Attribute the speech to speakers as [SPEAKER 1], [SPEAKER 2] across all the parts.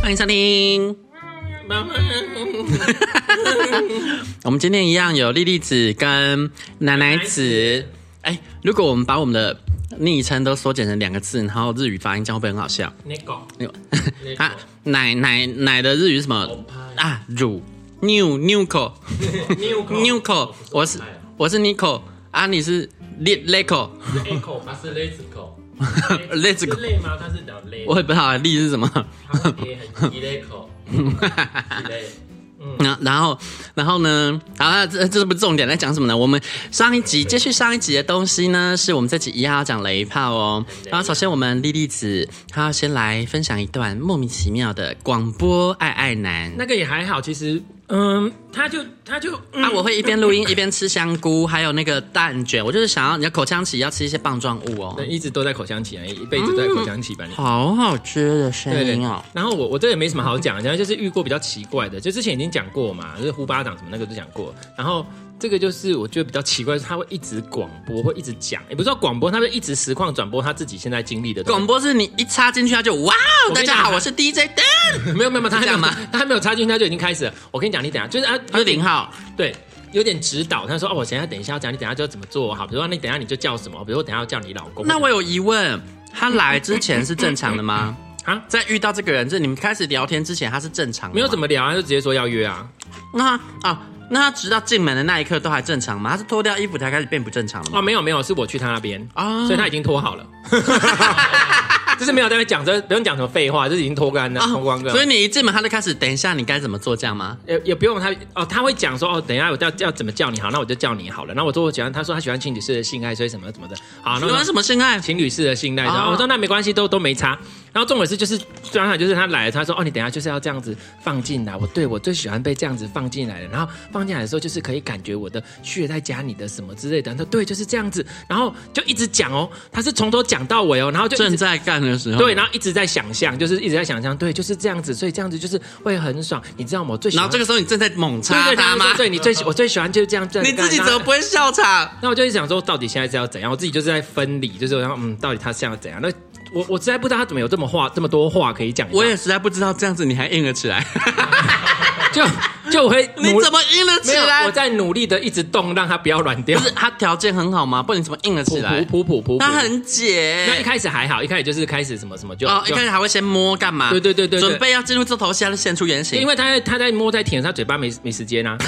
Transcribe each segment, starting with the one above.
[SPEAKER 1] 欢迎收听。我们今天一样有莉莉子跟奶奶子。哎，如果我们把我们的昵称都缩减成两个字，然后日语发音，这样会不会很好笑？
[SPEAKER 2] 那个
[SPEAKER 1] 啊，奶奶奶的日语是什么啊？乳 new new 口 new 口，我是我是 Nico 啊，你是 Le Leco
[SPEAKER 2] echo，它是 let's go。
[SPEAKER 1] Let's
[SPEAKER 2] 是
[SPEAKER 1] go
[SPEAKER 2] 累吗？它是的累，
[SPEAKER 1] 我也不知道啊力是什么。
[SPEAKER 2] 它会给很低 echo，累。
[SPEAKER 1] 然啊然后，然后呢？好了，这这不是重点，在讲什么呢？我们上一集接续上一集的东西呢，是我们这集一样要讲雷炮哦。然后，首先我们莉莉子她要先来分享一段莫名其妙的广播爱爱男。
[SPEAKER 2] 那个也还好，其实，嗯，他就他就嗯
[SPEAKER 1] 啊，我会一边录音一边吃香菇，还有那个蛋卷。我就是想要你的口腔期要吃一些棒状物哦，
[SPEAKER 2] 一直都在口腔期啊，一辈子都在口腔期吧，你
[SPEAKER 1] 好好吃的声
[SPEAKER 2] 对对
[SPEAKER 1] 音哦。，
[SPEAKER 2] 然后我我这也没什么好讲，然后就是遇过比较奇怪的，就之前已经讲过嘛，就是呼巴掌什么那个都讲过。然后这个就是我觉得比较奇怪，是他会一直广播，会一直讲，也不是说广播，他会一直实况转播他自己现在经历的东
[SPEAKER 1] 广
[SPEAKER 2] 西
[SPEAKER 1] 播是你一插进去，它就哇哦！
[SPEAKER 2] 我
[SPEAKER 1] 大
[SPEAKER 2] 跟你讲
[SPEAKER 1] 家好，我是 DJ 灯，
[SPEAKER 2] 没有没有没有，他还
[SPEAKER 1] 是这样
[SPEAKER 2] 没有
[SPEAKER 1] 吗？
[SPEAKER 2] 他还没有插进去，他就已经开始了。我跟你讲，你等一下就是啊，
[SPEAKER 1] 他是零号。
[SPEAKER 2] 对，有点指导。他说哦，我等一下等一下要讲，你等一下就要怎么做好。比如说你等一下你就叫什么，比如说等一下要叫你老公。
[SPEAKER 1] 那我有疑问，他来之前是正常的吗？
[SPEAKER 2] 啊
[SPEAKER 1] 在遇到这个人，就是你们开始聊天之前，他是正常的吗
[SPEAKER 2] 没有怎么聊啊，他就直接说要约啊。
[SPEAKER 1] 那啊，那他直到进门的那一刻都还正常吗？他是脱掉衣服才开始变不正常的吗？
[SPEAKER 2] 哦，没有没有，是我去他那边
[SPEAKER 1] 啊
[SPEAKER 2] 啊，所以他已经脱好了， 就是没有在那讲这不用讲什么废话，就是已经脱干了，脱光了。
[SPEAKER 1] 啊所以你一进门他就开始，等一下你该怎么做这样吗？
[SPEAKER 2] 也也不用他哦，他会讲说哦，等一下我要要怎么叫你好，那我就叫你好了。那我说我喜欢，他说他喜欢情侣式的性爱，所以什么什么的。好，那
[SPEAKER 1] 你
[SPEAKER 2] 我
[SPEAKER 1] 玩什么性爱？
[SPEAKER 2] 情侣式的信赖，然
[SPEAKER 1] 哦
[SPEAKER 2] 后我说那没关系，都都没差。然后重点是就是，当然就是他来了，他说哦，你等一下就是要这样子放进来，我对我最喜欢被这样子放进来的。然后放进来的时候就是可以感觉我的血在加你的什么之类的。他说对，就是这样子。然后就一直讲哦，他是从头讲到尾哦，然后就一直
[SPEAKER 1] 正在干的时候，
[SPEAKER 2] 对，然后一直在想象，就是一直在想象，对，就是这样子，所以这样子就是会很爽，你知道吗？我最喜
[SPEAKER 1] 然
[SPEAKER 2] 欢
[SPEAKER 1] 后这个时候你正在猛
[SPEAKER 2] 对
[SPEAKER 1] 插
[SPEAKER 2] 对对
[SPEAKER 1] 他
[SPEAKER 2] 对
[SPEAKER 1] 吗
[SPEAKER 2] 对？对，你最喜我最喜欢就是这样这样
[SPEAKER 1] 你
[SPEAKER 2] 干。
[SPEAKER 1] 自己
[SPEAKER 2] 然
[SPEAKER 1] 怎
[SPEAKER 2] 后
[SPEAKER 1] 么不会笑场？
[SPEAKER 2] 那我就一直想说，到底现在是要怎样？我自己就是在分离，就是然后嗯，到底他是要怎样？那我我实在不知道他怎么有这么话这么多话可以讲。
[SPEAKER 1] 我也实在不知道这样子你还硬了起来，
[SPEAKER 2] 就就我会
[SPEAKER 1] 你
[SPEAKER 2] 努
[SPEAKER 1] 怎么硬了起
[SPEAKER 2] 没有？
[SPEAKER 1] 来？
[SPEAKER 2] 我在努力的一直动，让他不要软掉
[SPEAKER 1] 不。是他条件很好吗？不然你怎么硬了起来？
[SPEAKER 2] 普普普普，
[SPEAKER 1] 他很解。
[SPEAKER 2] 那一开始还好，一开始就是开始什么什么就
[SPEAKER 1] 哦，一
[SPEAKER 2] 就
[SPEAKER 1] 开始还会先摸干嘛？
[SPEAKER 2] 对对对对对
[SPEAKER 1] 准备要进入这头戏，他就现出原形。
[SPEAKER 2] 因为他在他在摸在舔，他嘴巴没没时间啊，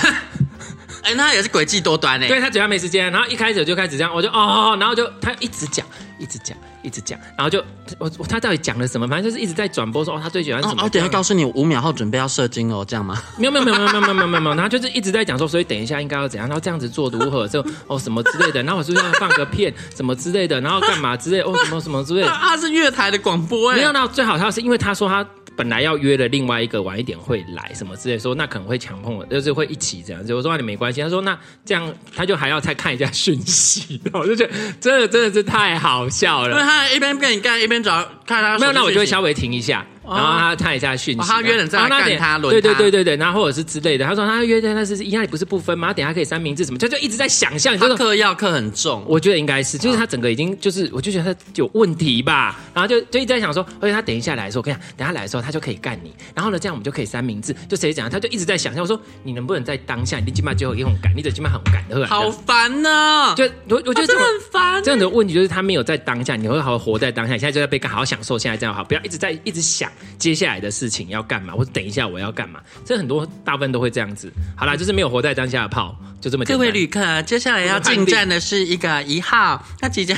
[SPEAKER 1] 哎、那他也是诡计多端哎、
[SPEAKER 2] 对他嘴巴没时间，啊然后一开始就开始这样，我就哦哦，哦然后就他一直讲，一直讲，一直讲，然后就我我他到底讲了什么？反正就是一直在转播说哦，他最喜欢什
[SPEAKER 1] 哦
[SPEAKER 2] 么。
[SPEAKER 1] 哦，等一
[SPEAKER 2] 这
[SPEAKER 1] 下
[SPEAKER 2] 样
[SPEAKER 1] 告诉你，五秒后准备要射精哦，这样吗？
[SPEAKER 2] 没有没有没有没有没有没有没有没有，然后就是一直在讲说，所以等一下应该要怎样，然后这样子做如何，就哦什么之类的，然后我是不是要放个片什么之类的，然后干嘛之类，哦什么什么之 类的，
[SPEAKER 1] 他啊是月台的广播哎、
[SPEAKER 2] 没有，那最好笑是因为他说他本来要约了另外一个晚一点会来什么之类，说那可能会强碰我，就是会一起这样子。我说那你没关系，他说那这样他就还要再看一下讯息，然后我就觉得真的真的是太好笑
[SPEAKER 1] 因为
[SPEAKER 2] 了。
[SPEAKER 1] 他一边跟你干，一边找看他手机讯息。
[SPEAKER 2] 没有，那我就会稍微停一下，然后他看一下讯息。
[SPEAKER 1] 哦他约人再来
[SPEAKER 2] 然后那
[SPEAKER 1] 干他
[SPEAKER 2] 点
[SPEAKER 1] 轮
[SPEAKER 2] 对
[SPEAKER 1] 他
[SPEAKER 2] 对对对对，然后或者是之类的。他说他约在那是一下你不是不分吗？等一下可以三明治什么，他就一直在想象，就
[SPEAKER 1] 他
[SPEAKER 2] 是
[SPEAKER 1] 嗑药嗑很重，
[SPEAKER 2] 我觉得应该是，就是他整个已经就是，我就觉得他有问题吧，然后就就一直在想说，而且他等一下来的时候，我跟你讲，等他来的时候他就可以干你，然后呢，这样我们就可以三明治，就谁讲，他就一直在想象，我说你能不能在当下，你起码就有用感，你得起码很感的，
[SPEAKER 1] 好烦呢、
[SPEAKER 2] 就我我觉
[SPEAKER 1] 他真
[SPEAKER 2] 得这
[SPEAKER 1] 的
[SPEAKER 2] 种
[SPEAKER 1] 很烦。
[SPEAKER 2] 这样的问题就是他没有在当下，你会好好活在当下，你现在就在被干，好好享受现在这样好，不要一直在一直想，接下来的事情要干嘛，或者等一下我要干嘛。这很多大部分都会这样子。好啦，就是没有活在当下的炮，就这么简
[SPEAKER 1] 各位
[SPEAKER 2] 单。
[SPEAKER 1] 旅客，接下来要进站的是一个一号，他即将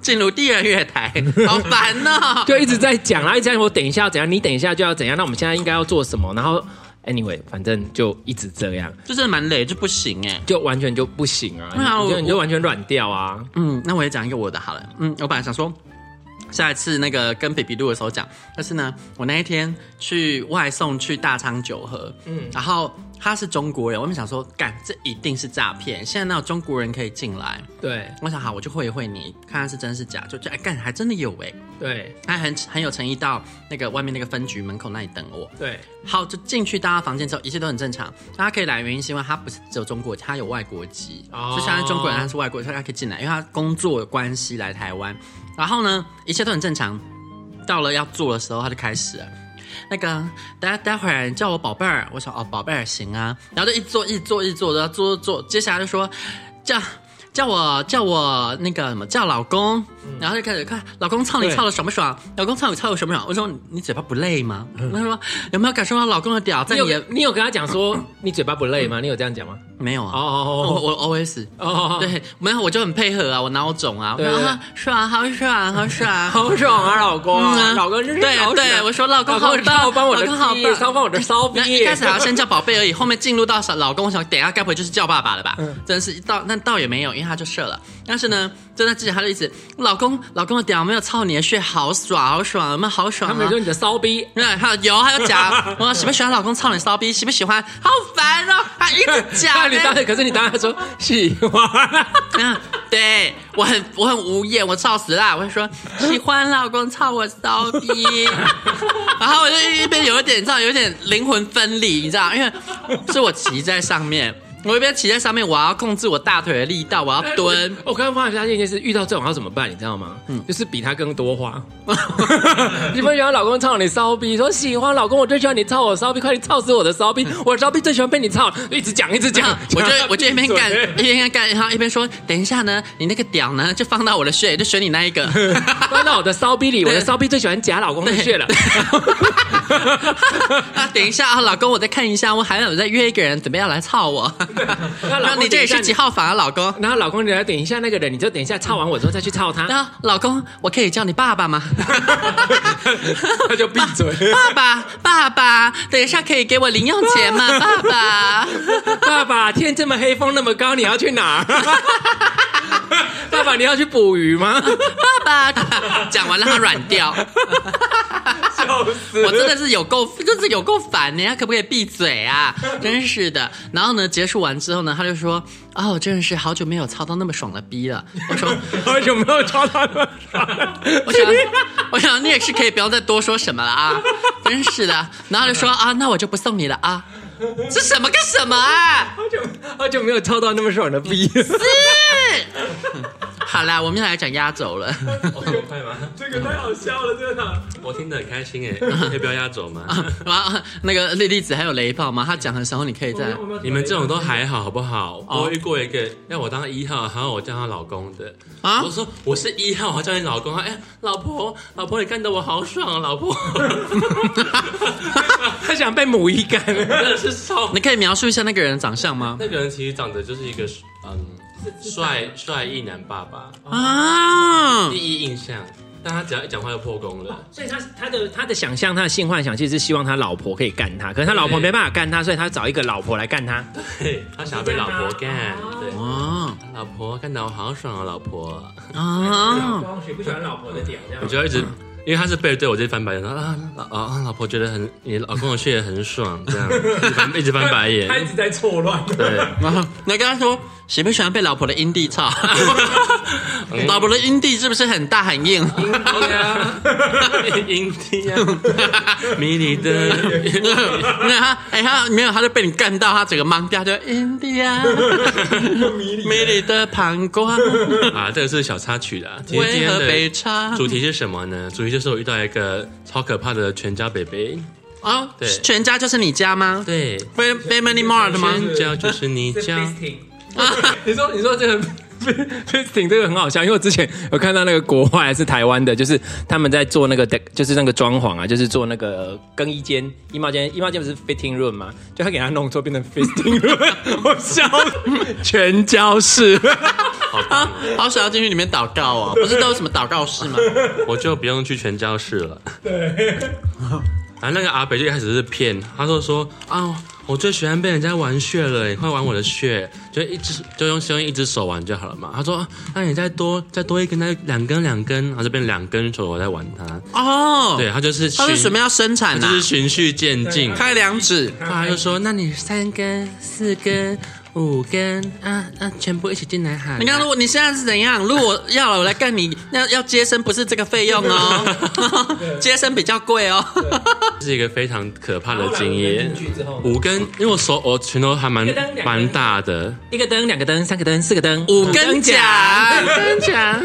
[SPEAKER 1] 进入第二月 台，好烦哦！
[SPEAKER 2] 就一直在讲啦，一直在我等一下要怎样，你等一下就要怎样，那我们现在应该要做什么？然后 anyway，反正就一直这样，
[SPEAKER 1] 就真的蛮累，就不行哎。
[SPEAKER 2] 就完全就不行啊！
[SPEAKER 1] 对啊
[SPEAKER 2] 你就
[SPEAKER 1] 我
[SPEAKER 2] 你就完全软掉啊！
[SPEAKER 1] 嗯，那我也讲一个我的好了。嗯，我本来想说下一次那个跟 baby 录的时候讲，但是呢，我那一天去外送去大昌九和，嗯，然后他是中国人，我们想说，干，这一定是诈骗，现在哪有中国人可以进来？
[SPEAKER 2] 对
[SPEAKER 1] 我想好，我就会一会你，看看是真是假，就就哎干，还真的有哎、
[SPEAKER 2] 对
[SPEAKER 1] 他很很有诚意到那个外面那个分局门口那里等我。
[SPEAKER 2] 对
[SPEAKER 1] 好，就进去大家房间之后，一切都很正常。大家可以来的原因是因为他不是只有中国，他有外国籍，
[SPEAKER 2] 哦
[SPEAKER 1] 就相当于中国人他是外国人，所以他可以进来，因为他工作关系来台湾。然后呢，一切都很正常。到了要做的时候，他就开始了。那个，待待会儿你叫我宝贝儿，我想哦，宝贝儿行啊，然后就一直做一直做一直做，然后做做，做接下来就说叫叫我叫我那个什么叫老公，然后就开始看老公操你
[SPEAKER 2] 嗯对
[SPEAKER 1] 操的爽不爽，老公操你操的爽不爽？我说你你嘴巴不累吗？他说有没有感受到老公的屌在
[SPEAKER 2] 嗯你
[SPEAKER 1] 你
[SPEAKER 2] 有
[SPEAKER 1] 的
[SPEAKER 2] 你有跟他讲说你嘴巴不累吗？你有这样讲吗？
[SPEAKER 1] 没有啊？
[SPEAKER 2] 哦
[SPEAKER 1] 我
[SPEAKER 2] 哦
[SPEAKER 1] 我 OS。
[SPEAKER 2] 哦哦，
[SPEAKER 1] 对，没有，我就很配合啊，我哪有种啊？我
[SPEAKER 2] 对
[SPEAKER 1] 说啊，爽，好爽，好爽，
[SPEAKER 2] 嗯 好爽啊，老公
[SPEAKER 1] 嗯啊
[SPEAKER 2] 老公真是
[SPEAKER 1] 对
[SPEAKER 2] 好爽
[SPEAKER 1] 对我说老公好棒
[SPEAKER 2] 超帮我的啊
[SPEAKER 1] 老公好
[SPEAKER 2] 鸡
[SPEAKER 1] 棒
[SPEAKER 2] 超帮我的骚逼
[SPEAKER 1] 那，一开始还要先叫宝贝而已，后面进入到小老公，我想等一下该不会就是叫爸爸了吧？真是到那倒也没有，因为他就射了。但是呢，在那之前他就一直老公老公的屌没有操你的穴，好爽好爽，有没有好爽
[SPEAKER 2] 他们
[SPEAKER 1] 啊
[SPEAKER 2] 说？你的骚逼，
[SPEAKER 1] 对，还有有，还有讲，我喜不喜欢老公操你骚逼，喜不喜欢？好烦哦，他一直
[SPEAKER 2] 那
[SPEAKER 1] 讲欸
[SPEAKER 2] 你当
[SPEAKER 1] 呢。
[SPEAKER 2] 然，可是你当然说喜 欢，
[SPEAKER 1] 嗯， 对我很我很无言，我操死啦！我会说喜欢老公操我骚逼，然后我就一边有一点，你知道，有点灵魂分离，你知道，因为是我骑在上面，我一边骑在上面，我要控制我大腿的力道，我要蹲。
[SPEAKER 2] 我刚刚发现一件事，遇到这种要怎么办，你知道吗？
[SPEAKER 1] 嗯
[SPEAKER 2] 就是比他更多话。 你不喜欢老公操你骚逼，说喜欢老公，我最喜欢你操我骚逼，快点操死我的骚逼，我的骚逼最喜欢被你操，一直讲一直
[SPEAKER 1] 嗯
[SPEAKER 2] 讲
[SPEAKER 1] 啊。我就我就一边干
[SPEAKER 2] 对
[SPEAKER 1] 一边干，然后一边说，等一下呢，你那个屌呢就放到我的穴，就选你那一 个。
[SPEAKER 2] 放 到我的骚逼里，我的骚逼最喜欢夹老公的血了。
[SPEAKER 1] 啊，等一下啊，老公，我再看一下，我还有在约一个人，准备要来操我。
[SPEAKER 2] 那老
[SPEAKER 1] 那
[SPEAKER 2] 公
[SPEAKER 1] 你这里
[SPEAKER 2] 等一下
[SPEAKER 1] 是几号房啊，老公？
[SPEAKER 2] 然后老公，你来等一下那个人，你就等一下操完我之后再去 操他，
[SPEAKER 1] 然后啊老公，我可以叫你爸爸吗？
[SPEAKER 2] 他就闭嘴。
[SPEAKER 1] 爸爸，爸爸，等一下可以给我零用钱吗？爸爸，
[SPEAKER 2] 爸爸，天这么黑，风那么高，你要去哪儿？ 爸爸，你要去捕鱼吗？
[SPEAKER 1] 爸爸，讲完让他软掉。
[SPEAKER 2] 笑死！
[SPEAKER 1] 我真的是有够，真是有够烦呢！他可不可以闭嘴啊？真是的。然后呢，结束完之后呢，他就说：“哦，真的是好久没有操到那么爽的逼了。”我说
[SPEAKER 2] 好久没有抓到了。：“
[SPEAKER 1] 我 想，我想你也是可以不要再多说什么了啊！”真是的。然后他就说：“啊，那我就不送你了啊！”这什么跟什么啊？
[SPEAKER 2] 好久好久没有操到那么爽的逼。
[SPEAKER 1] 好啦，我们来讲压轴了。
[SPEAKER 3] 哦
[SPEAKER 2] 这个太好笑了，真的。
[SPEAKER 3] 我听得很开心哎，要不要 压轴吗？
[SPEAKER 1] 然后那个莉莉子还有雷炮吗？他讲的时候你可以再
[SPEAKER 3] 你们这种都还好，好不好？
[SPEAKER 2] 哦
[SPEAKER 3] 我遇过一个让我当一号，然后我叫她老公的。
[SPEAKER 1] 啊
[SPEAKER 3] 我说我是一号，我叫你老公。她哎、老婆，老婆，你干得我好爽啊，老婆，
[SPEAKER 2] 他想被母一干。
[SPEAKER 3] 真的是超
[SPEAKER 1] 你可以描述一下那个人的长相吗？
[SPEAKER 3] 那个人其实长得就是一个嗯帅帅一男爸爸，
[SPEAKER 2] 哦
[SPEAKER 1] 啊
[SPEAKER 3] 第，一印象，但他只要一讲话就破功了。
[SPEAKER 2] 所以他他的他的想象，他的性幻想，其实是希望他老婆可以干他，可是他老婆没办法干他，所以他找一个老婆来干他。
[SPEAKER 3] 嘿，他想要被老婆干，对，
[SPEAKER 1] 哦
[SPEAKER 3] 老婆干得我好爽啊，老婆。
[SPEAKER 1] 啊，
[SPEAKER 2] 光谁不喜欢老婆的点？
[SPEAKER 3] 我就一直，因为他是背对我这翻白眼，说啊老啊老婆觉得很，你老公的血也很爽，这样一直翻一直翻白 眼，
[SPEAKER 2] 直在错 乱。
[SPEAKER 3] 对，
[SPEAKER 1] 然后你跟他说喜不喜欢被老婆的阴蒂 操？老婆的阴蒂是不是很大很硬？
[SPEAKER 3] 对啊，阴蒂啊，迷你的，
[SPEAKER 1] 那他哎他没有，他就被你干到他整个懵掉，就阴蒂 啊，迷你的膀胱
[SPEAKER 3] 啊，这个是小插曲啦。其实今
[SPEAKER 1] 为何被
[SPEAKER 3] 天
[SPEAKER 1] 插
[SPEAKER 3] 的？主题是什么呢？主题就是我遇到一个超可怕的全家北北，
[SPEAKER 1] 啊，
[SPEAKER 3] 对
[SPEAKER 1] 全家就是你家吗？
[SPEAKER 3] 对，
[SPEAKER 1] 被被 Many Mart 吗？
[SPEAKER 3] 全家就是你家。
[SPEAKER 2] 你说你说这个 fisting 这个很好笑，因为我之前有看到那个国外还是台湾的，就是他们在做那个的，就是那个装潢啊，就是做那个更衣间、衣帽间、衣帽间不是 fitting room 嘛，就他给他弄错变成 fisting room，我 笑全教室。
[SPEAKER 3] 好棒
[SPEAKER 1] 啊
[SPEAKER 3] 哦！，
[SPEAKER 1] 好想要进去里面祷告哦，不是都有什么祷告室吗？
[SPEAKER 3] 我就不用去全教室了。对。 然后那个阿北就一开始是骗，他说说啊，我最喜欢被人家玩血了，你快玩我的血，就一只就用先用一只手玩就好了嘛。他说，啊那你再多再多一根，再两根两根，然后这边两根手我在玩他。
[SPEAKER 1] 哦，
[SPEAKER 3] 对，他就是
[SPEAKER 1] 他
[SPEAKER 3] 循
[SPEAKER 1] 是准备要生产
[SPEAKER 3] 就
[SPEAKER 1] 呐、
[SPEAKER 3] 是循序渐进。
[SPEAKER 1] 开两指，
[SPEAKER 3] 他就说，那你三根四根五根啊啊，全部一起进来喊。
[SPEAKER 1] 你刚刚如果你现在是怎样？如果要了我来干你，那要接生不是这个费用 哦，接生比较贵哦。
[SPEAKER 3] 是一个非常可怕的经
[SPEAKER 2] 然后
[SPEAKER 3] 验
[SPEAKER 2] 两根。进去之后呢
[SPEAKER 3] 五根，因为我手我拳头还蛮
[SPEAKER 2] 一个灯两个灯
[SPEAKER 3] 蛮大的，
[SPEAKER 2] 一个灯、两个灯、三个灯、四个灯、
[SPEAKER 1] 五根
[SPEAKER 2] 奖
[SPEAKER 1] 甲，
[SPEAKER 3] 真假？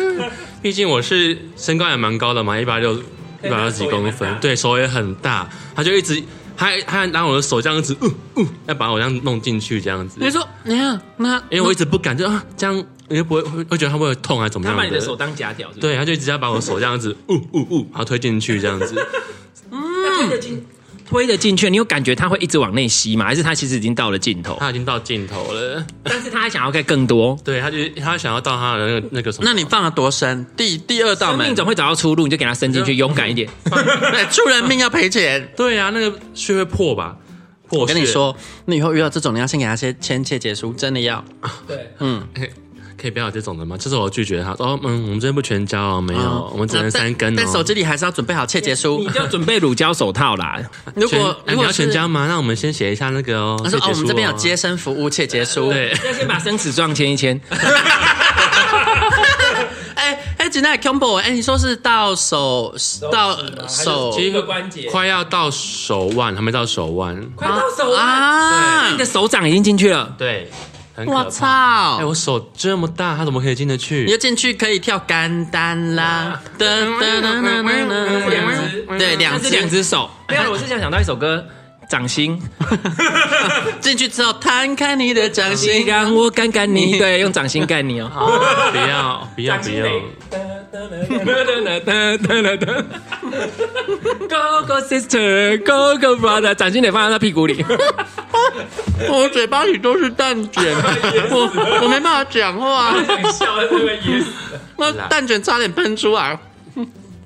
[SPEAKER 3] 毕竟我是身高也蛮高的嘛，一百六一
[SPEAKER 2] 对
[SPEAKER 3] 百六几公分，对手也很大，他就一直他他拿我的手这样子，嗯嗯，要把我这样弄进去这样子，
[SPEAKER 1] 你说，你看那
[SPEAKER 3] 因为我一直不敢，就啊这样，我就不会会会觉得他会不会痛还是怎么
[SPEAKER 2] 他
[SPEAKER 3] 样
[SPEAKER 2] 把你的手当假屌，是不是，
[SPEAKER 3] 对，他就一直要把我手这样子，呃呜呜呜，然后推进去这样子，
[SPEAKER 2] 推得进，推得进去，你有感觉他会一直往内吸吗？还是他其实已经到了尽头？
[SPEAKER 3] 他已经到尽头了。
[SPEAKER 2] 但是他还想要再更多。
[SPEAKER 3] 对，他就他想要到他的那个那个什么，
[SPEAKER 1] 那你放了多深？第第二道
[SPEAKER 2] 生命
[SPEAKER 1] 门，
[SPEAKER 2] 总会找到出路，你就给他伸进去，勇敢一点。
[SPEAKER 1] 对，出人命要赔钱。
[SPEAKER 3] 对啊，那个血会破吧？破
[SPEAKER 1] 我跟你
[SPEAKER 3] 血，
[SPEAKER 1] 说，你以后遇到这种，你要先给他些签切结书，真的要。
[SPEAKER 2] 对，
[SPEAKER 1] 嗯，
[SPEAKER 3] 可以不要有这种的吗？这是我拒绝他说，哦，嗯，我们这边不全交哦，没有，
[SPEAKER 1] 哦
[SPEAKER 3] 我们只能三根哦。
[SPEAKER 1] 但但手机里还是要准备好切结书
[SPEAKER 2] 你。就准备乳胶手套啦。
[SPEAKER 1] 如
[SPEAKER 3] 全
[SPEAKER 1] 果
[SPEAKER 3] 啊
[SPEAKER 1] 如
[SPEAKER 3] 你
[SPEAKER 1] 果
[SPEAKER 3] 要
[SPEAKER 1] 是
[SPEAKER 3] 全交吗？那我们先写一下那个哦。
[SPEAKER 1] 他说
[SPEAKER 3] 谢谢
[SPEAKER 1] 哦，我们这边有
[SPEAKER 3] 叔哦
[SPEAKER 1] 接生服务切结书。
[SPEAKER 3] 对，
[SPEAKER 2] 要先把生死状签一签，
[SPEAKER 1] 哎哎，简单 combo，哎，你说是到手到手
[SPEAKER 3] 其实
[SPEAKER 2] 关节
[SPEAKER 3] 快要到手腕，还没到手腕。
[SPEAKER 2] 快到手啊！
[SPEAKER 1] 啊
[SPEAKER 2] 你的？手掌已经进去了，
[SPEAKER 3] 对，很可
[SPEAKER 1] 我
[SPEAKER 3] 怕！
[SPEAKER 1] 操！
[SPEAKER 3] 哎，我手这么大，他怎么可以进得去
[SPEAKER 1] 你就？进去可以跳干单啦，噔噔噔噔噔噔，
[SPEAKER 2] 两只
[SPEAKER 1] 对，两
[SPEAKER 2] 那
[SPEAKER 1] 只
[SPEAKER 2] 是两，只手。没有，我是想想到一首歌。掌 心，
[SPEAKER 1] 进去之后摊开你的掌
[SPEAKER 2] 你
[SPEAKER 1] 心，
[SPEAKER 2] 干我干干你，对，用掌心干你哦。
[SPEAKER 3] 不要不要不要！
[SPEAKER 2] Go go sister, go go brother，掌心得放在他屁股 里。
[SPEAKER 1] 我嘴巴里都是蛋卷， 我我没办法讲话，
[SPEAKER 2] 笑的那个意思。
[SPEAKER 1] 那蛋卷差点喷出来，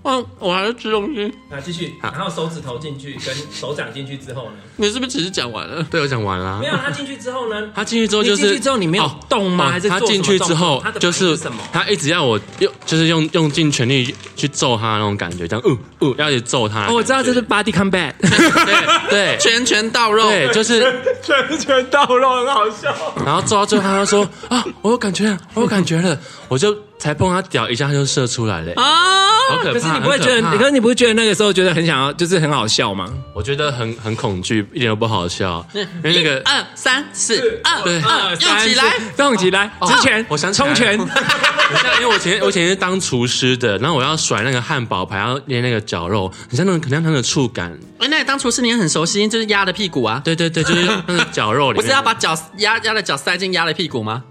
[SPEAKER 1] 我我还是吃东西，
[SPEAKER 2] 那继续，然后手指头进去跟手掌进去之后呢？
[SPEAKER 1] 你是不是只是讲完了？
[SPEAKER 3] 对我讲完了
[SPEAKER 2] 没。有，他进去之后呢？
[SPEAKER 3] 他进去之后就是
[SPEAKER 2] 你进去之后你没有动吗
[SPEAKER 3] 哦
[SPEAKER 2] 还是
[SPEAKER 3] 他
[SPEAKER 2] 做什么
[SPEAKER 3] 进去之
[SPEAKER 2] 动
[SPEAKER 3] 后
[SPEAKER 2] 作他的
[SPEAKER 3] 就
[SPEAKER 2] 反
[SPEAKER 3] 是
[SPEAKER 2] 应是什么
[SPEAKER 3] 他一直要我用，就是用用尽全力去揍他那种感觉，这样嗯嗯，要去揍他。
[SPEAKER 2] 哦，我知道这是 body combat，
[SPEAKER 3] 对
[SPEAKER 1] 拳拳到肉，
[SPEAKER 3] 对，就是
[SPEAKER 2] 拳拳到肉，很好笑。
[SPEAKER 3] 然后做到最后，他就说：“啊，我有感觉了，我有感觉了。”我就才碰他屌一下，他就射出来了、
[SPEAKER 1] 啊，
[SPEAKER 3] 好可
[SPEAKER 2] 可是你
[SPEAKER 3] 怕！
[SPEAKER 2] 不会觉得，
[SPEAKER 3] 很
[SPEAKER 2] 可
[SPEAKER 3] 可怕
[SPEAKER 2] 是你不会觉得那个时候觉得很想要，就是很好笑吗？
[SPEAKER 3] 我觉得很很恐惧，一点都不好笑，因为那个
[SPEAKER 1] 二三四，二
[SPEAKER 3] 对
[SPEAKER 1] 二用起来，
[SPEAKER 2] 动起来，
[SPEAKER 3] 哦
[SPEAKER 2] 之前
[SPEAKER 3] 我想起来
[SPEAKER 2] 冲
[SPEAKER 3] 了
[SPEAKER 2] 拳，
[SPEAKER 3] 很像，因为我以前我以前是当厨师的，然后我要甩那个汉堡排，要捏那个绞肉，很像那种很像那个触感。
[SPEAKER 1] 哎，那你当厨师你也很熟悉，就是鸭的屁股啊，
[SPEAKER 3] 对对对，就是那个绞肉里
[SPEAKER 1] 不
[SPEAKER 3] 面。
[SPEAKER 1] 是要把脚鸭鸭的脚塞进鸭的屁股 吗？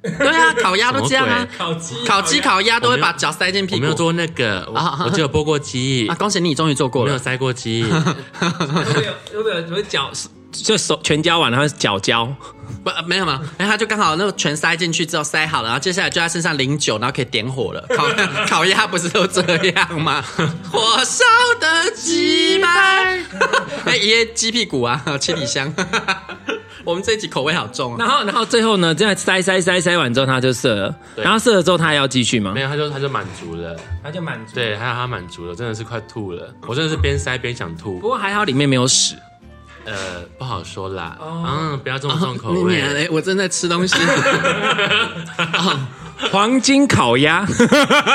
[SPEAKER 1] 对啊，烤鸭都这样啊，
[SPEAKER 2] 烤鸡
[SPEAKER 1] 烤鸡烤鸭都会
[SPEAKER 3] 我没有
[SPEAKER 1] 把脚塞进
[SPEAKER 3] 我
[SPEAKER 1] 屁
[SPEAKER 3] 没有
[SPEAKER 1] 股。
[SPEAKER 3] 做那个，
[SPEAKER 1] 啊
[SPEAKER 3] 我我只有剥过鸡
[SPEAKER 1] 啊，，恭喜你终于做
[SPEAKER 3] 我
[SPEAKER 1] 过
[SPEAKER 3] 没有
[SPEAKER 1] 了。
[SPEAKER 3] 塞过鸡。
[SPEAKER 2] 有没有有没有有没有脚就手全交完，然后脚交，
[SPEAKER 1] 不，呃没有嘛，然后他就刚好那个全塞进去之后塞好了，然后接下来就在身上淋酒，然后可以点火了。 烤烤鸭不是都这样 吗？火烧的鸡 排，哎，爷鸡屁股啊，七里 香。我们这一集口味好重啊！
[SPEAKER 2] 然后然后最后呢，这样塞塞塞塞完之后他就射了，
[SPEAKER 3] 对
[SPEAKER 2] 然后射了之后他还要继续吗
[SPEAKER 3] 没？有，他就他就满足了。
[SPEAKER 2] 他就满足。
[SPEAKER 3] 对，还有他满足了，真的是快吐了，我真的是边塞边想吐
[SPEAKER 2] 不。过还好里面没有屎。
[SPEAKER 3] 呃，不好说啦。嗯，不要这么重口
[SPEAKER 1] 你
[SPEAKER 3] 味。
[SPEAKER 1] 娘嘞，我正在吃东西。
[SPEAKER 2] 黄金烤鸭，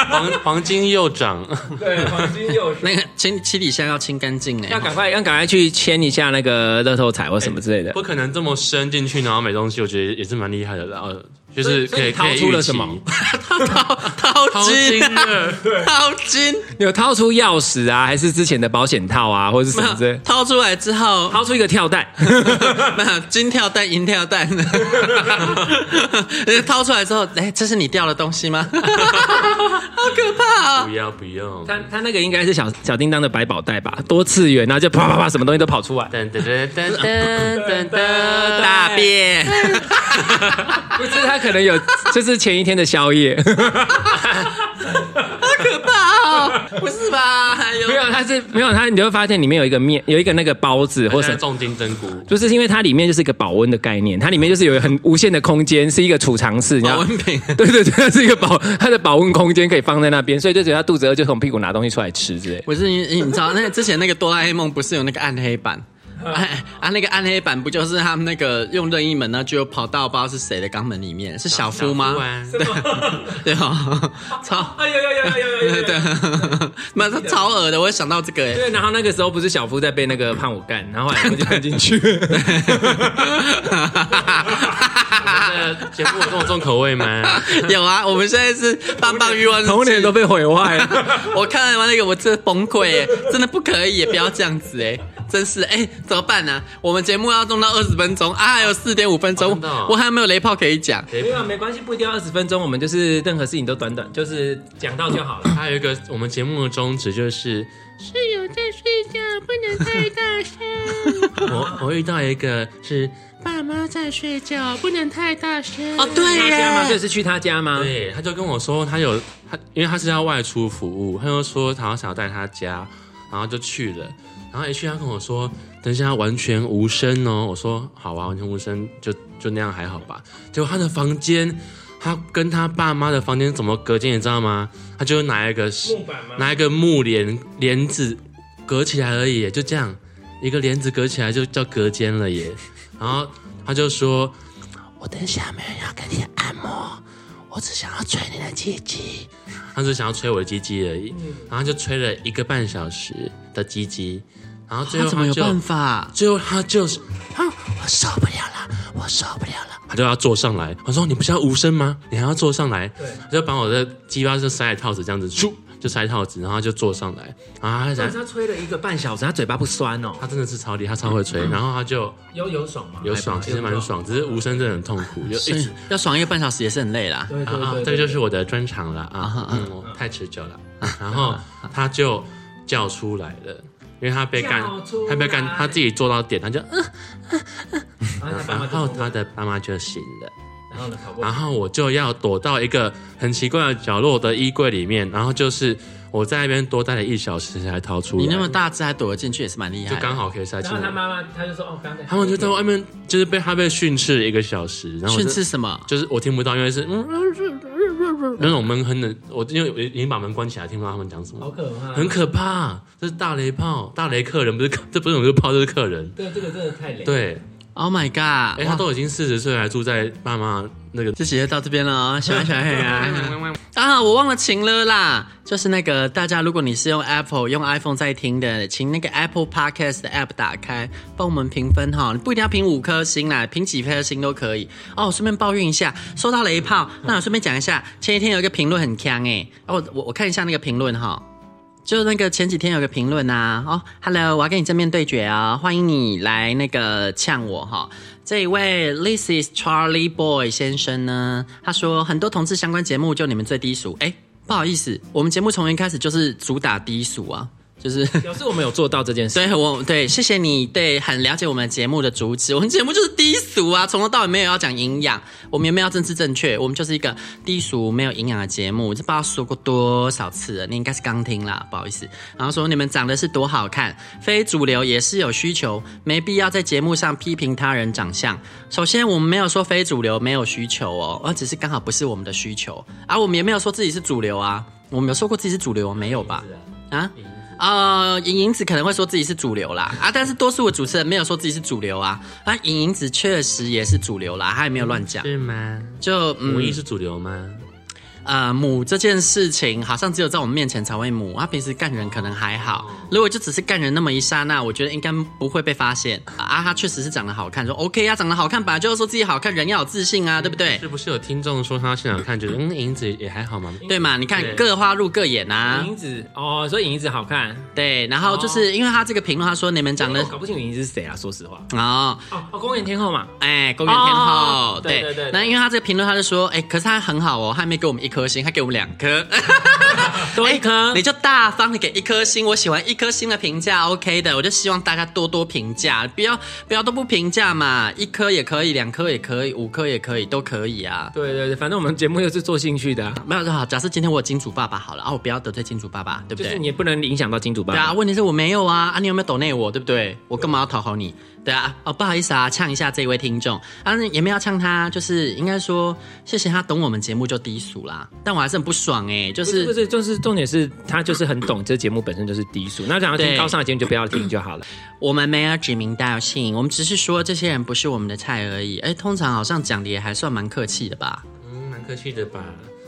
[SPEAKER 3] 黄黄金右掌，
[SPEAKER 2] 对，黄金 右
[SPEAKER 1] 那个请七里香要清干净哎呢。
[SPEAKER 2] 要赶快要赶快去签一下那个乐透彩或什么之类的。
[SPEAKER 3] 不可能这么深进去，然后没东西，我觉得也是蛮厉害的啦。呃，就是
[SPEAKER 2] 所
[SPEAKER 3] 可
[SPEAKER 2] 以
[SPEAKER 3] 以
[SPEAKER 2] 所以
[SPEAKER 3] 可
[SPEAKER 2] 你
[SPEAKER 3] 以
[SPEAKER 2] 掏出了
[SPEAKER 3] 预期
[SPEAKER 2] 什么？
[SPEAKER 1] 掏
[SPEAKER 3] 掏
[SPEAKER 1] 金
[SPEAKER 3] 金
[SPEAKER 1] 啊，
[SPEAKER 3] 了，
[SPEAKER 1] 掏金，
[SPEAKER 2] 你有掏出钥匙啊，还是之前的保险套啊，或者是
[SPEAKER 1] 没
[SPEAKER 2] 什么之类
[SPEAKER 1] 有？掏出来之后，
[SPEAKER 2] 掏出一个跳 蛋，
[SPEAKER 1] 没有金跳蛋、银跳蛋， 掏出来之后，哎，这是你掉的东西吗？好可怕哦！
[SPEAKER 3] 不要不用，
[SPEAKER 2] 他他那个应该是小小叮当的百宝袋吧，多次元，然后就啪啪啪，什么东西都跑出来。
[SPEAKER 3] 噔噔噔噔噔噔噔，
[SPEAKER 1] 大便，
[SPEAKER 2] 不是他可能有， 就是前一天的宵夜，
[SPEAKER 1] 好可怕哦！不是吧？哎呦
[SPEAKER 2] 没有，他是没有他，你就会发现里面有一个面，有一个那个包子或
[SPEAKER 3] 我
[SPEAKER 2] 什
[SPEAKER 3] 是
[SPEAKER 2] 么。
[SPEAKER 3] 重金针菇，
[SPEAKER 2] 就是因为它里面就是一个保温的概念，它里面就是有很无限的空间，是一个储藏室，你知
[SPEAKER 1] 保
[SPEAKER 2] 道吗
[SPEAKER 1] 温瓶，
[SPEAKER 2] 对对对，它是一个保它的保温空间可以放在那边，所以就觉得他肚子饿就从屁股拿东西出来吃之类。
[SPEAKER 1] 不是你，你知道那个之前那个哆啦 A 梦不是有那个暗黑版？
[SPEAKER 2] 嗯
[SPEAKER 1] 哎啊，那个暗黑版不就是他们那个用任意门呢，就跑到不知道是谁的肛门里面？是小夫吗？
[SPEAKER 2] 啊
[SPEAKER 3] 小夫
[SPEAKER 1] 对哦， 超
[SPEAKER 2] 哎呦呦呦
[SPEAKER 1] 对 对，那是超恶的，我也想到这个哎。
[SPEAKER 2] 对，然后那个时候不是小夫在被那个胖虎干，然后后来我就 跟进去。
[SPEAKER 3] 这个节目有这么重口味吗？
[SPEAKER 1] 有啊，我们现在是棒棒欲望日记
[SPEAKER 2] 童年都被毁坏了。
[SPEAKER 1] 我看完那个，我真的崩溃耶，真的不可以耶，不要这样子哎，真是哎，怎么办呢、我们节目要弄到二十分钟啊，还有四点五分
[SPEAKER 3] 哦
[SPEAKER 1] 钟
[SPEAKER 3] 真的哦，
[SPEAKER 1] 我还没有雷炮可以讲。
[SPEAKER 2] 没有，啊没关系，不一定要二十分钟，我们就是任何事情都短短，就是讲到就好 了。
[SPEAKER 3] 还有一个我们节目的宗旨就是
[SPEAKER 4] 室友在睡觉，不能太大 声。
[SPEAKER 3] 我我遇到一个是
[SPEAKER 4] 爸妈在睡觉，不能太大声。
[SPEAKER 1] 哦，对
[SPEAKER 2] 他家吗？这
[SPEAKER 1] 耶，
[SPEAKER 2] 是去他家吗？
[SPEAKER 3] 对，他就跟我说他有他，因为他是要外出服务，他就说他好像想要带他家，然后就去了。然后一去，他跟我说：“等一下，完全无声哦。”我说：“好啊，完全无声，就就那样还好吧。”结果他的房间，他跟他爸妈的房间怎么隔间，你知道吗？他就拿一个
[SPEAKER 2] 板吗？
[SPEAKER 3] 拿一个木帘帘子隔起来而已，就这样一个帘子隔起来就叫隔间了耶。然后他就说：“我等一下没有人要跟你按摩，我只想要吹你的鸡鸡。”他只想要吹我的鸡鸡而已，
[SPEAKER 1] 嗯
[SPEAKER 3] 然后就吹了一个半小时的鸡鸡，然后最
[SPEAKER 1] 他
[SPEAKER 3] 后
[SPEAKER 1] 怎么有
[SPEAKER 3] 就
[SPEAKER 1] 办法？
[SPEAKER 3] 最后他就是，啊，我受不了了，我受不了了，他就要坐上来。我说你不是要无声吗？你还要坐上来？对，他就把我的鸡巴就塞在套子这样子，咻就塞套子，然后他就坐上来。啊，他
[SPEAKER 2] 但
[SPEAKER 3] 讲
[SPEAKER 2] 是他吹了一个半小时，他嘴巴不酸哦，
[SPEAKER 3] 他真的是超厉害，他超会吹，
[SPEAKER 1] 嗯
[SPEAKER 3] 然后他就
[SPEAKER 2] 有有爽吗？
[SPEAKER 3] 有爽，其实蛮。爽，只是无声真的很痛苦，就一
[SPEAKER 1] 是
[SPEAKER 3] 直。
[SPEAKER 1] 哎要爽一个半小时也是很累啦。
[SPEAKER 2] 对
[SPEAKER 3] 啊啊，这个就是我的专长了啊，嗯，我太持久了。啊
[SPEAKER 2] 啊
[SPEAKER 3] 然后他就叫出来了，因为他被干
[SPEAKER 2] 叫出，来
[SPEAKER 3] 他被干，他自己做到点，他就，嗯然
[SPEAKER 2] 然
[SPEAKER 3] 后他啊的爸妈就醒了。
[SPEAKER 2] 然后呢？跑过
[SPEAKER 3] 然后我就要躲到一个很奇怪的角落的衣柜里面，然后就是我在那边多待了一小时才掏出来，
[SPEAKER 1] 你那么大只还躲得进去，也是蛮厉害
[SPEAKER 3] 就
[SPEAKER 1] 的。
[SPEAKER 3] 刚好可以塞进来。
[SPEAKER 2] 妈他就说哦，刚才
[SPEAKER 3] 他们就在外面，就是被他被训斥了一个小时，然后我
[SPEAKER 1] 训
[SPEAKER 3] 就
[SPEAKER 1] 斥什么？
[SPEAKER 3] 就是我听不到，因为是
[SPEAKER 2] 哦
[SPEAKER 3] 嗯那种闷哼的，我因为我已经把门关起来，听不到他们讲什么，
[SPEAKER 2] 可怕
[SPEAKER 3] 很可怕。这是大雷炮，大雷客人不是客这不是我们的炮，这是客人。
[SPEAKER 2] 对，这个真的太累。
[SPEAKER 3] 对，
[SPEAKER 1] Oh my
[SPEAKER 3] 哎、
[SPEAKER 1] god！
[SPEAKER 3] 他
[SPEAKER 1] 哇
[SPEAKER 3] 都已经四十岁了，还住在爸妈那个
[SPEAKER 1] 这集就到这边了哦，喜欢小黑啊！啊，我忘了请了啦，就是那个大家，如果你是用 Apple 用 iPhone 在听的，请那个 Apple Podcast 的 App 打开，帮我们评分哈，你不一定要评五颗星啦，评几颗星都可以。哦，我顺便抱怨一下，收到雷炮，那我顺便讲一下，前几天有一个评论很强哎、哦，我我我看一下那个评论哈。就那个前几天有个评论呐，哦，Hello，我要跟你正面对决啊、欢迎你来那个呛我哈、这一位 This is Charlie Boy 先生呢，他说很多同志相关节目就你们最低俗，哎，不好意思，我们节目从一开始就是主打低俗啊，就是。
[SPEAKER 2] 表示我们有做到这件事。
[SPEAKER 1] 对我对，谢谢你对很了解我们节目的主旨。我们节目就是低俗啊，从头到尾没有要讲营养，我们也没有要政治正确，我们就是一个低俗没有营养的节目。这不知道说过多少次了，你应该是刚听啦，不好意思。然后说你们长得是多好看，非主流也是有需求，没必要在节目上批评他人长相。首先，我们没有说非主流没有需求哦，而只是刚好不是我们的需求，而、我们也没有说自己是主流啊。我们有说过自己是主流吗没有吧？啊？呃，尹银子可能会说自己是主流啦，啊，但是多数的主持人没有说自己是主流啊，啊，尹银
[SPEAKER 3] 嗯
[SPEAKER 1] 子确实也是主流啦，他也没有乱讲，
[SPEAKER 3] 是吗？
[SPEAKER 1] 就
[SPEAKER 3] 五
[SPEAKER 1] 嗯
[SPEAKER 3] 一，是主流吗？
[SPEAKER 1] 呃母这件事情，好像只有在我们面前才会母，啊，平时干人可能还好。如果就只是干人那么一刹那，我觉得应该不会被发现啊。她确实是长得好看，说 OK 啊，长得好看本来就是说自己好看，人要有自信啊，对不对？
[SPEAKER 3] 是不是有听众说他现场看觉得嗯银子也还好嘛？
[SPEAKER 1] 对嘛？你看
[SPEAKER 3] 对
[SPEAKER 1] 各花入各眼啊，
[SPEAKER 2] 银子哦，所以银子好看。
[SPEAKER 1] 对。然后就是因为她这个评论，她说你们长得
[SPEAKER 2] 我搞不清楚银子是谁啊，说实话。
[SPEAKER 1] 哦，
[SPEAKER 2] 哦，哦公园天后嘛，
[SPEAKER 1] 哎，公园天后，
[SPEAKER 2] 哦
[SPEAKER 1] 对
[SPEAKER 2] 对对对对
[SPEAKER 1] 那因为他这个评论，他就说，哎，可是他很好哦，他还没给我们一颗星，他给我们两颗，
[SPEAKER 2] 多一颗
[SPEAKER 1] 哎 你就大方的给一颗星，我喜欢一颗星的评价，OK 的，我就希望大家多多评价，不要不要都不评价嘛，一颗也可以，两颗也可以，五颗也可以，都可以啊。
[SPEAKER 2] 对对对，反正我们节目又是做兴趣的啊，
[SPEAKER 1] 没有就好，假设今天我有金主爸爸好了啊，我不要得罪金主爸爸，对不
[SPEAKER 2] 就
[SPEAKER 1] 对？
[SPEAKER 2] 是你也不能影响到金主爸
[SPEAKER 1] 对啊，
[SPEAKER 2] 爸。
[SPEAKER 1] 问题是我没有啊，啊，你有没有抖内我，对不对？我干嘛要讨好你？对啊，哦，不好意思啊，呛一下这位听众，啊，也没有呛他，就是应该说谢谢他懂我们节目就低俗啦，但我还是很不爽哎、就
[SPEAKER 2] 不是
[SPEAKER 1] 是
[SPEAKER 2] 不是，就是重点是他就是很懂这节目本身就是低俗，那想要听
[SPEAKER 1] 对
[SPEAKER 2] 高尚的节目就不要听就好了。
[SPEAKER 1] 我们没有指名道姓，我们只是说这些人不是我们的菜而已。哎，通常好像讲的也还算蛮客气的吧？
[SPEAKER 3] 嗯，蛮客气的吧。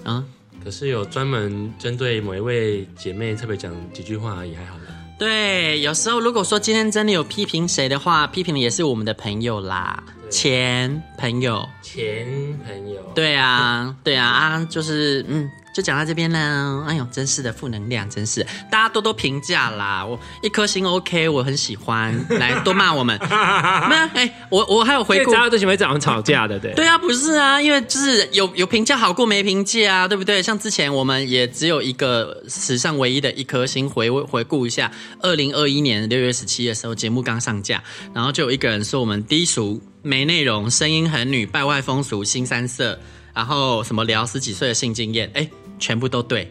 [SPEAKER 1] 啊、
[SPEAKER 3] 可是有专门针对某一位姐妹特别讲几句话而已，还好啦。
[SPEAKER 1] 对，有时候如果说今天真的有批评谁的话，批评的也是我们的朋友啦，前朋友。
[SPEAKER 3] 前朋友，
[SPEAKER 1] 对啊，对啊，啊，就是嗯，就讲到这边啦。哎呦，真是的，负能量，真是的大家多多评价啦。我一颗星 OK，我很喜欢，来多骂我们。没有，哎、我我还有
[SPEAKER 2] 因
[SPEAKER 1] 回
[SPEAKER 2] 为
[SPEAKER 1] 顾
[SPEAKER 2] 只。要最喜欢找人吵架的，对。
[SPEAKER 1] 对啊，不是啊，因为就是有有评价好过没评价啊，对不对？像之前我们也只有一个史上唯一的一颗星回回顾一下，二零二一年六月十七的时候，节目刚上架，然后就有一个人说我们低俗、没内容、声音很女、败坏风俗、新三色，然后什么聊十几岁的性经验，哎。全部都 对，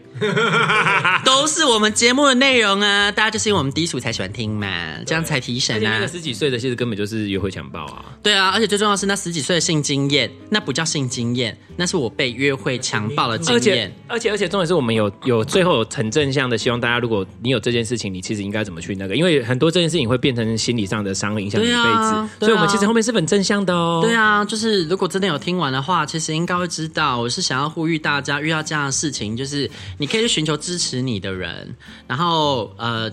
[SPEAKER 1] 都是我们节目的内容啊！大家就是因为我们低俗才喜欢听嘛，这样才提
[SPEAKER 2] 而
[SPEAKER 1] 神
[SPEAKER 2] 且那
[SPEAKER 1] 啊
[SPEAKER 2] 个！十几岁的，其实根本就是约会强暴啊！
[SPEAKER 1] 对啊，而且最重要的是那十几岁的性经验，那不叫性经验，那是我被约会强暴的经
[SPEAKER 2] 而且
[SPEAKER 1] 验。
[SPEAKER 2] 而且而且，重点是我们有有最后有很正向的，希望大家，如果你有这件事情，你其实应该怎么去那个，因为很多这件事情会变成心理上的伤，影响你一辈
[SPEAKER 1] 对
[SPEAKER 2] 子。
[SPEAKER 1] 啊对啊
[SPEAKER 2] 所以我们其实后面是很正向的哦。
[SPEAKER 1] 对啊，就是如果真的有听完的话，其实应该会知道，我是想要呼吁大家，遇到这样的事情，就是你可以去寻求支持你的人，然后呃，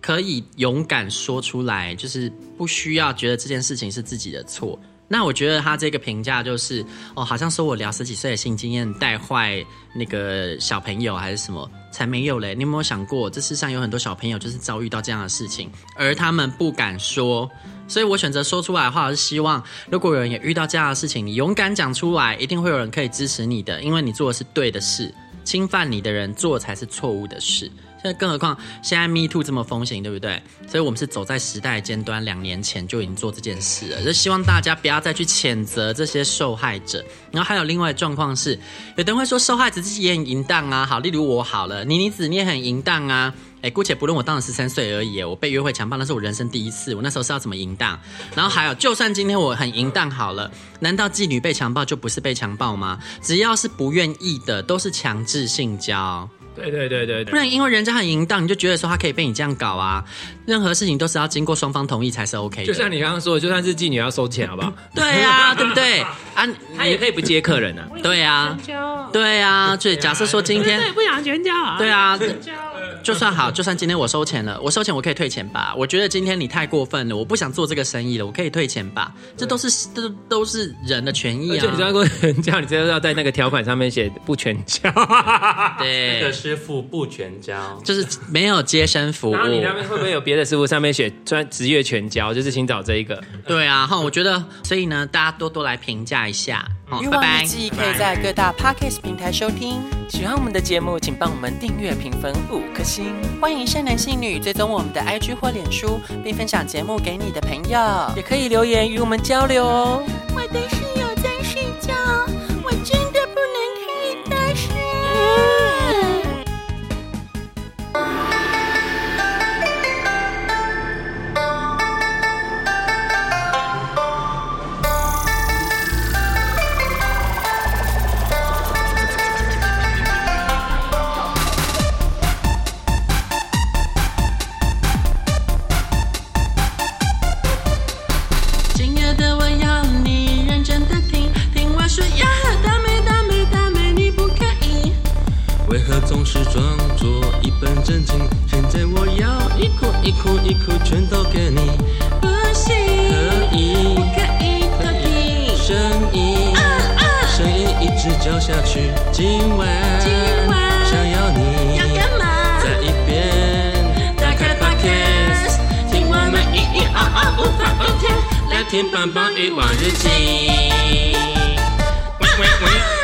[SPEAKER 1] 可以勇敢说出来，就是不需要觉得这件事情是自己的错。那我觉得他这个评价就是，哦，好像说我聊十几岁的性经验带坏那个小朋友还是什么，才没有嘞！你有没有想过，这世上有很多小朋友就是遭遇到这样的事情，而他们不敢说。所以我选择说出来的话，是希望如果有人也遇到这样的事情，你勇敢讲出来，一定会有人可以支持你的，因为你做的是对的事，侵犯你的人做才是错误的事。现在更何况现在 Me Too 这么风行，对不对？所以我们是走在时代尖端，两年前就已经做这件事了。就希望大家不要再去谴责这些受害者。然后还有另外的状况是，有的人会说受害者自己也很淫荡啊，好，例如我好了，妮妮子你也很淫荡啊。哎，姑且不论我当时十三岁而已耶，我被约会强暴那是我人生第一次，我那时候是要怎么淫荡？然后还有，就算今天我很淫荡好了，难道妓女被强暴就不是被强暴吗？只要是不愿意的，都是强制性交。
[SPEAKER 2] 对对对对
[SPEAKER 1] 不
[SPEAKER 2] 对。
[SPEAKER 1] 然因为人家很淫荡，你就觉得说他可以被你这样搞啊。任何事情都是要经过双方同意才是 OK
[SPEAKER 2] 就
[SPEAKER 1] 的。
[SPEAKER 2] 像你刚刚说的，就算是妓女也要收钱，好不好？
[SPEAKER 1] 对 啊，对不对？啊，你
[SPEAKER 2] 她也可以不接客人啊。
[SPEAKER 1] 对啊，对 啊。所以假设说今天，
[SPEAKER 4] 不想全交啊
[SPEAKER 1] 对啊，就算好，就算今天我收钱了，我收钱我可以退钱吧？我觉得今天你太过分了，我不想做这个生意了，我可以退钱吧？这都是这都是人的权益
[SPEAKER 2] 而且
[SPEAKER 1] 啊
[SPEAKER 2] 你。知道全教，你知道要在那个条款上面写不全教，
[SPEAKER 3] 那个
[SPEAKER 1] 对，
[SPEAKER 3] 师傅不全交，
[SPEAKER 1] 就是没有接生服务。
[SPEAKER 2] 然后你那边会不会有别的师傅上面写专职业全教，就是请找这一个？
[SPEAKER 1] 对啊，哈，我觉得，所以呢，大家多多来评价一下。好，
[SPEAKER 5] 欲
[SPEAKER 1] 拜
[SPEAKER 5] 望
[SPEAKER 1] 拜
[SPEAKER 5] 日。记可以在各大 podcast 平台收听。喜欢我们的节目，请帮我们订阅、评分五颗星。欢迎善男信女追踪我们的 IG 或脸书，并分享节目给你的朋友，也可以留言与我们交流哦。
[SPEAKER 4] 我的室友在睡觉，我真的不能开大声。
[SPEAKER 1] 今夜的我要你认真的
[SPEAKER 3] 震惊。现在我要一哭一哭一哭全都给你，
[SPEAKER 4] 不行，
[SPEAKER 3] 可以
[SPEAKER 4] 不可以
[SPEAKER 3] 可
[SPEAKER 4] 的
[SPEAKER 3] 以，
[SPEAKER 4] 你。
[SPEAKER 3] 声音
[SPEAKER 4] 啊啊，
[SPEAKER 3] 声音一直叫下去，今晚
[SPEAKER 4] 今晚
[SPEAKER 3] 想要你
[SPEAKER 4] 要干嘛？
[SPEAKER 3] 在一边打
[SPEAKER 4] 打开
[SPEAKER 3] 开 Podcast，
[SPEAKER 4] Podcast，
[SPEAKER 3] 听
[SPEAKER 4] 听
[SPEAKER 3] 我
[SPEAKER 4] 我
[SPEAKER 3] 们
[SPEAKER 4] 们
[SPEAKER 3] 一
[SPEAKER 4] 一
[SPEAKER 3] 一
[SPEAKER 4] 一二
[SPEAKER 3] 二二
[SPEAKER 4] 二
[SPEAKER 3] 无
[SPEAKER 4] 无
[SPEAKER 3] 法
[SPEAKER 4] 法
[SPEAKER 3] 无
[SPEAKER 4] 无
[SPEAKER 3] 天
[SPEAKER 4] 天，
[SPEAKER 3] 来
[SPEAKER 4] 来
[SPEAKER 3] 听
[SPEAKER 4] 听
[SPEAKER 3] 棒
[SPEAKER 4] 棒
[SPEAKER 3] 棒
[SPEAKER 4] 棒
[SPEAKER 3] 一
[SPEAKER 4] 一
[SPEAKER 3] 往
[SPEAKER 4] 往
[SPEAKER 3] 日
[SPEAKER 4] 日
[SPEAKER 3] 记
[SPEAKER 4] 记。
[SPEAKER 3] 喂喂喂。